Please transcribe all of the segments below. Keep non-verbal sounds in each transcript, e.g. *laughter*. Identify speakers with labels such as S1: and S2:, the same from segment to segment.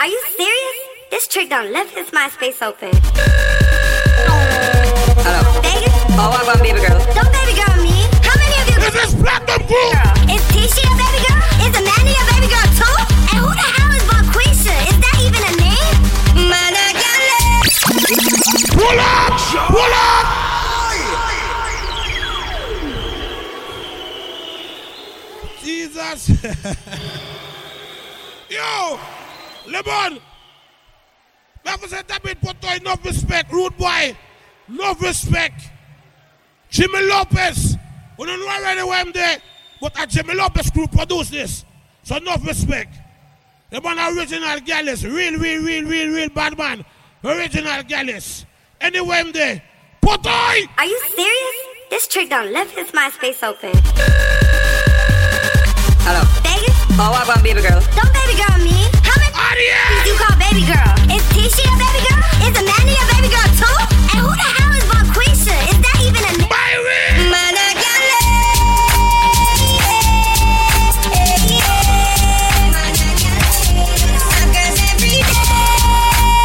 S1: Are you serious? This trick done left his MySpace open.
S2: Hello.
S1: Vegas?
S2: Oh, I want baby girls.
S1: Don't baby girl me. How many of you
S3: Is this platinum group?
S1: girl? Is Tisha a baby girl? Is Amanda a baby girl too? And who the hell is Bonquisha? Is that even a name? Managale.
S3: Pull up! Pull up! Jesus! *laughs* Yo! Lebon! Mwen kon se tapit pou to enough respect, rude boy! Enough respect! Jimmy Lopez! We don't know already where I'm there, but a Jimmy Lopez crew produce this. So enough respect. The man original Gallus, real, real, real, real, real bad man. Original Gallus. Anyway, I'm there. Potoy!
S1: Are you serious? This trick done left his MySpace open.
S2: Hello.
S1: Vegas?
S2: Oh, I want baby girls.
S1: Don't baby girl me. How many
S3: Audience!
S1: you call baby girl? Is Tisha a baby girl? Is Amanda a baby girl too? And who the hell is Bonquisha? Is that even a name?
S3: Byron! No, no,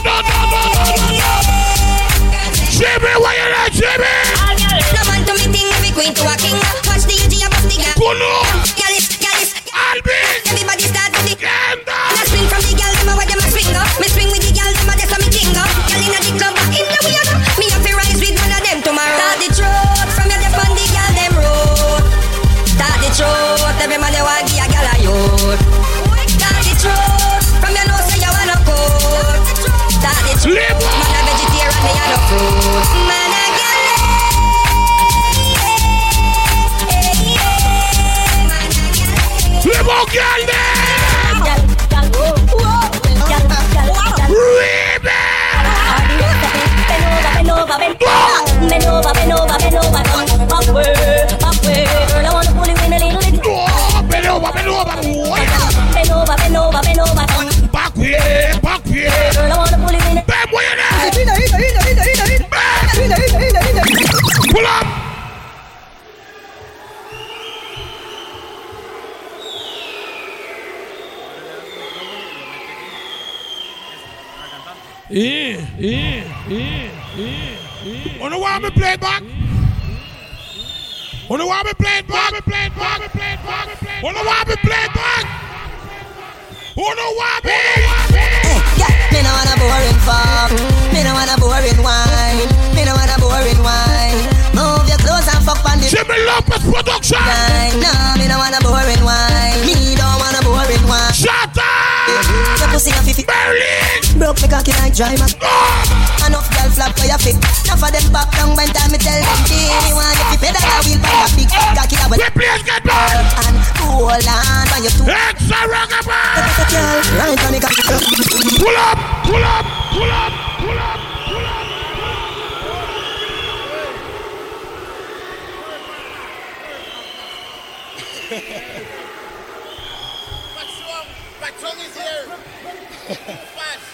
S3: no, no, no, no, no! Jimmy, why you like Jimmy? Kulu! Alvin! Kendall!
S2: Every man they want give a gal a youth. Talk the truth from your nose, say you want a coat. Talk the truth.
S3: Lebo!
S2: Man a vegetarian, me a no fruit. Man a gal,
S3: Lebo Gallus! Rebe! Oh, bend over, bend over! Back way, back way! Bam, where you at? Bam! Pull up! Yeah, yeah, yeah, yeah. Wanna why me play it back? Wanna why me play it back? Play it back. Play it back. Wanna why me play it back? Wanna why me?
S4: Yeah, me no want a boring fuck. Me no want a boring wine. Me no want a boring wine. Move your clothes and fuck on the
S3: Jimmy Lopez production.
S4: line. No, me no want a boring wine. Me don't want a boring wine.
S3: Shut up,
S4: Your pussy a fifi.
S3: Berlin.
S4: Broke me cocky like dry mash.
S3: Oh,
S4: Enough girl flap for your feet. Enough of them back down when time me tell them Jimmy want you fi pedal a wheel by your big cocky that will
S3: we players get back.
S4: and cool on when you too.
S3: It's a rockabye.
S4: Girl, right on the cocky.
S3: Pull up, pull up, pull up, pull up, pull up.
S5: What's wrong? My tongue is here. Fast.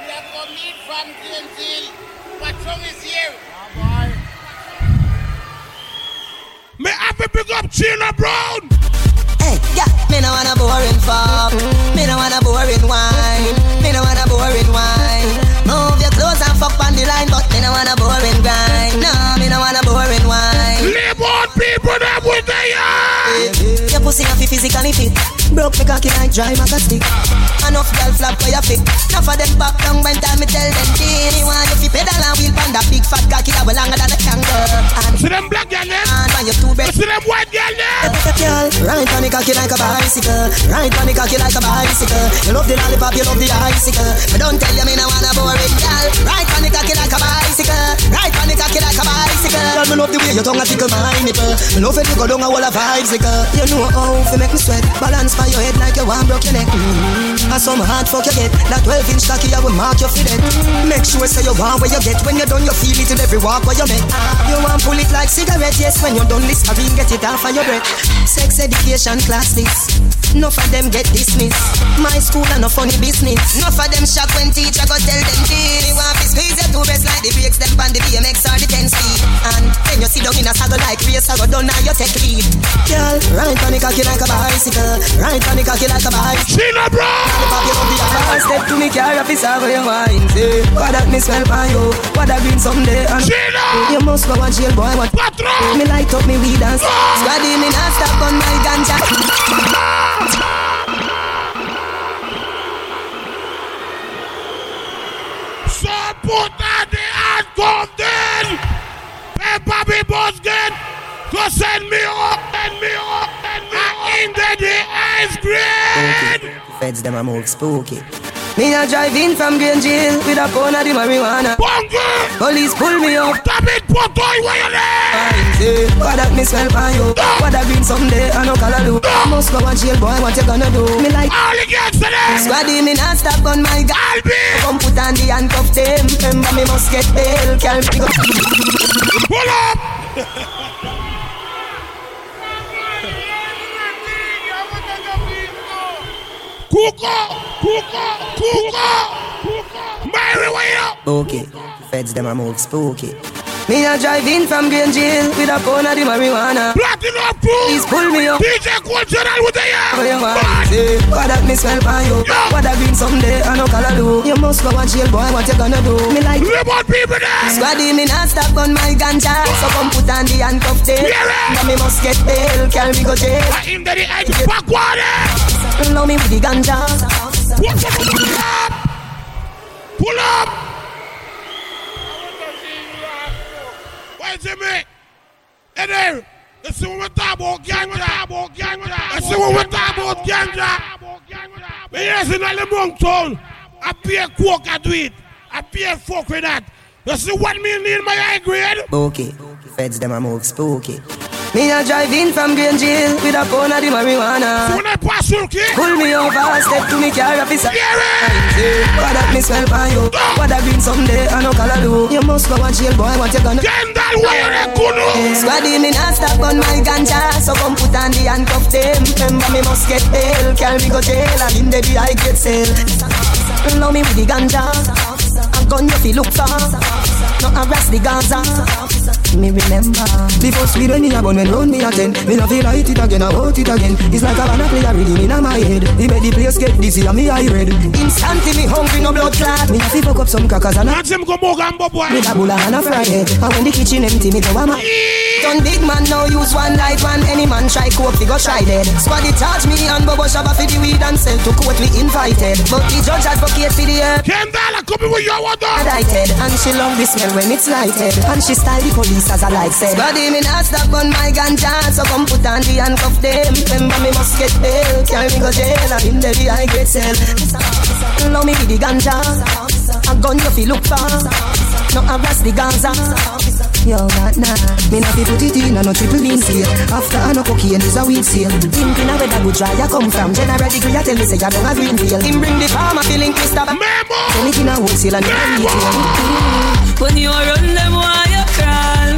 S5: We have got meat from DMZ. My tongue is here. *laughs*
S3: Me have to pick up Gina Brown.
S4: Hey, yeah, me no want a boring fuck. Me no want a boring wine. Me no want a boring wine. Move your clothes and fuck on the line, but me no want a boring grind. No, me no want a boring wine.
S3: Live on people that with the yard.
S4: Your pussy not fi physically fit. Broke me cocky like dry maca stick. Enough girl flap for your fit. Enough of them back down when time me tell them Genie want you fi pedal and wheel pon that big fat cocky that will longer than a kangaroo. And
S3: See them black girl them.
S4: and when you two breath
S3: See them white girl them.
S4: Girl, ride on the cocky like a bicycle. Ride on the cocky like a bicycle. You love the lollipop, you love the icicle. But don't tell you me no wanna boring girl. Ride on the cocky like a bicycle. Ride on the cocky like a bicycle. Girl, me love the way your tongue a tickle my nipple. Me love it you go down a wall of vibes, girl. You know how to make me sweat. Balance by your head like you want broke your neck. Mm-hmm. And some hard fuck you get. That 12 inch cocky I will mark your feet. Make sure say you want where you get. When you're done, you feel it in every walk where you make. You want pull it like cigarette, yes. When you're done, this I get it off of your breath. Sex education class this. Enough of them get dismissed. My school are no funny business. Enough of them shock when teacher go tell them this. Me want to squeeze your two breasts like the brakes them pan the BMX or the 10 speed. And then you sit down in a saddle like race, I go down now you take lead. Girl, ride on the cocky like a bicycle. Ride on the cocky like a bicycle.
S3: Sheena Brown!
S4: Pop you up the car, step to me car, up is over your wine. Say, what that me smell by you, what that green someday. And
S3: Sheena!
S4: you must go a jail boy, what
S3: Patron!
S4: me light up me weed and Squaddy me not stop on my ganja.
S3: So put out the hand come then. Hey, Bobby Buskin, go send me up, send me up, send me up. In the, the ice cream.
S4: Feds them a move spooky. Me a drive in from Green Jail with a pound of the marijuana.
S3: Bungle,
S4: Police pull me up.
S3: stop it, put toy where you live.
S4: Say, What that me smell by you? What that green someday I no color do. Must go a jail boy, what you gonna do? Me like
S3: All against them.
S4: Squaddy me not stop on my ganja.
S3: I'll be.
S4: Come put on the handcuff them. Remember me must get bail. Can pick up.
S3: Pull up. Kuko, Kuko, Kuko, Kuko. Mary, wait up.
S4: Okay, feds them a move spooky. Me a drive in from Green Jail with a pound of the marijuana.
S3: Platinum crew.
S4: Please pull me up.
S3: DJ Cool General with the
S4: What you
S3: air.
S4: want? Say, What that me smell by you? What that green someday I no color do. You must go a jail boy. What you gonna do? Me like.
S3: Remote people there.
S4: Squaddy, me not stop on my ganja So come put on the handcuff tape
S3: Yeah.
S4: Now me must get bail, carry go jail
S3: I am the edge eh. backward.
S4: Love me with the ganja
S3: Pull up. Pull up. Wait a minute. Hey there. Let's see what we're talking about, ganja. Let's see what we're talking about, ganja. But yes, in the wrong town, I pay coke, I do it. I pay fuck with that. You see what me need my high grade?
S4: Spooky, feds them a move spooky Me a drive in from Green Jail With a pound of the marijuana
S3: When I pass through, kid.
S4: Pull me over, step to me car, up his
S3: Hear it.
S4: What that me smell by you What that green someday, I no color do You must go a jail boy, what you gonna
S3: Kendall, why you not gonna?
S4: Squaddy, me not stop on my ganja So come put on the handcuff them Remember me must get bail Carry go jail and in the day I get sale Love me with the ganja A gun you fi look for No harass the Gaza Me remember The first weed when me a bun when round me a ten Me no feel light it again, I want it again It's like a banana play a rhythm inna my head The bed the place get dizzy and me I red Instantly me hungry, no blood clot Me a fi fuck up some crackers and a
S3: Ask him come over and boy.
S4: with a bula and a fry head. And when the kitchen empty, me go a ma. Done big man now use one light one. Any man try coke, fi go try dead. Squad it charge me and Bobo Shabba fi the weed and sell to court we invited. But the judge advocate fi the herb.
S3: Kendall, come here with your water.
S4: Indicted, and she love the smell when it's lighted And she style the police as a light said Body me not stop on my ganja So come put on the handcuff them Remember me must get bail Carry me go jail And in the day I get sell Love me with the ganja A gun you fi look for No harass the Gaza Yo, that nah. Me not fi put it in and no triple bean seal. After I no cocaine is a weed seal. Him clean a weather good dry I come from. General degree I tell me say I don't have green deal. Him bring the farmer feeling crystal.
S3: Memo.
S4: Send it in a wholesale and in a retail.
S6: When you are on them, why you crawl?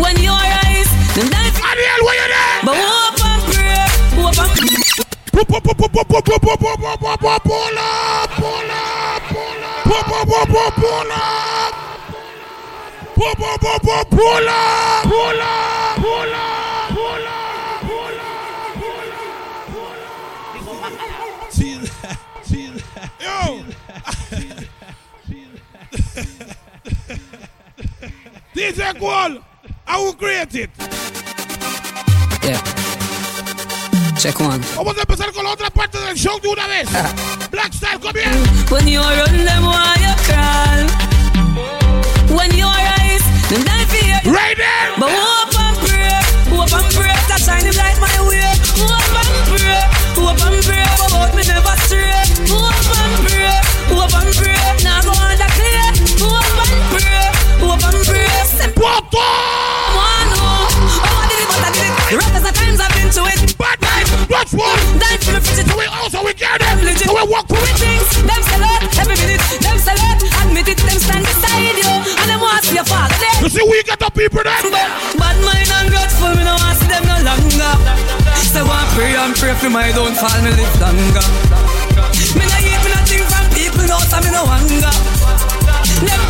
S6: When you are eyes, the knife,
S3: Ariel, where you there?
S6: but hope and pray, hope and
S3: Pull up, pull up, pull up, pull up, pull up, pull up, pull up, pull up, pull up, pull up. Pull, pull, pull, pull, pull up, pull up, pull up, pull up, pull up, pull up. *laughs* Yo. *laughs* *laughs* DJ Goal, I will create it.
S7: Yeah. Check one.
S3: Vamos a empezar con la otra parte del show de una vez. Black Star, come here.
S6: When you are on them, why you crawl? When you are eyes, the knife, here,
S3: Right there.
S6: but hope and pray, hope and pray, that shine him light my way. Hope and pray, hope and pray, about me never stray. Hope and pray, hope and pray, now go on the clear. Hope and pray, hope and pray, simple.
S3: Poto!
S6: One oh, oh I did it, but I did it. The rappers at times I've been to it.
S3: Bad man, watch one.
S6: Then for me fridge it,
S3: So we also we get it.
S6: Legit.
S3: So we walk through
S6: with
S3: it.
S6: things. Them sell out every minute. Them sell out, admit it. Them stand beside you, and them want to see you fall. They-
S3: You see, we get the people there.
S6: But bad mind and grateful, me no want see them no longer. So I pray and pray for my downfall, me live longer. Me no hate, me no think from people, no, so me no anger. Them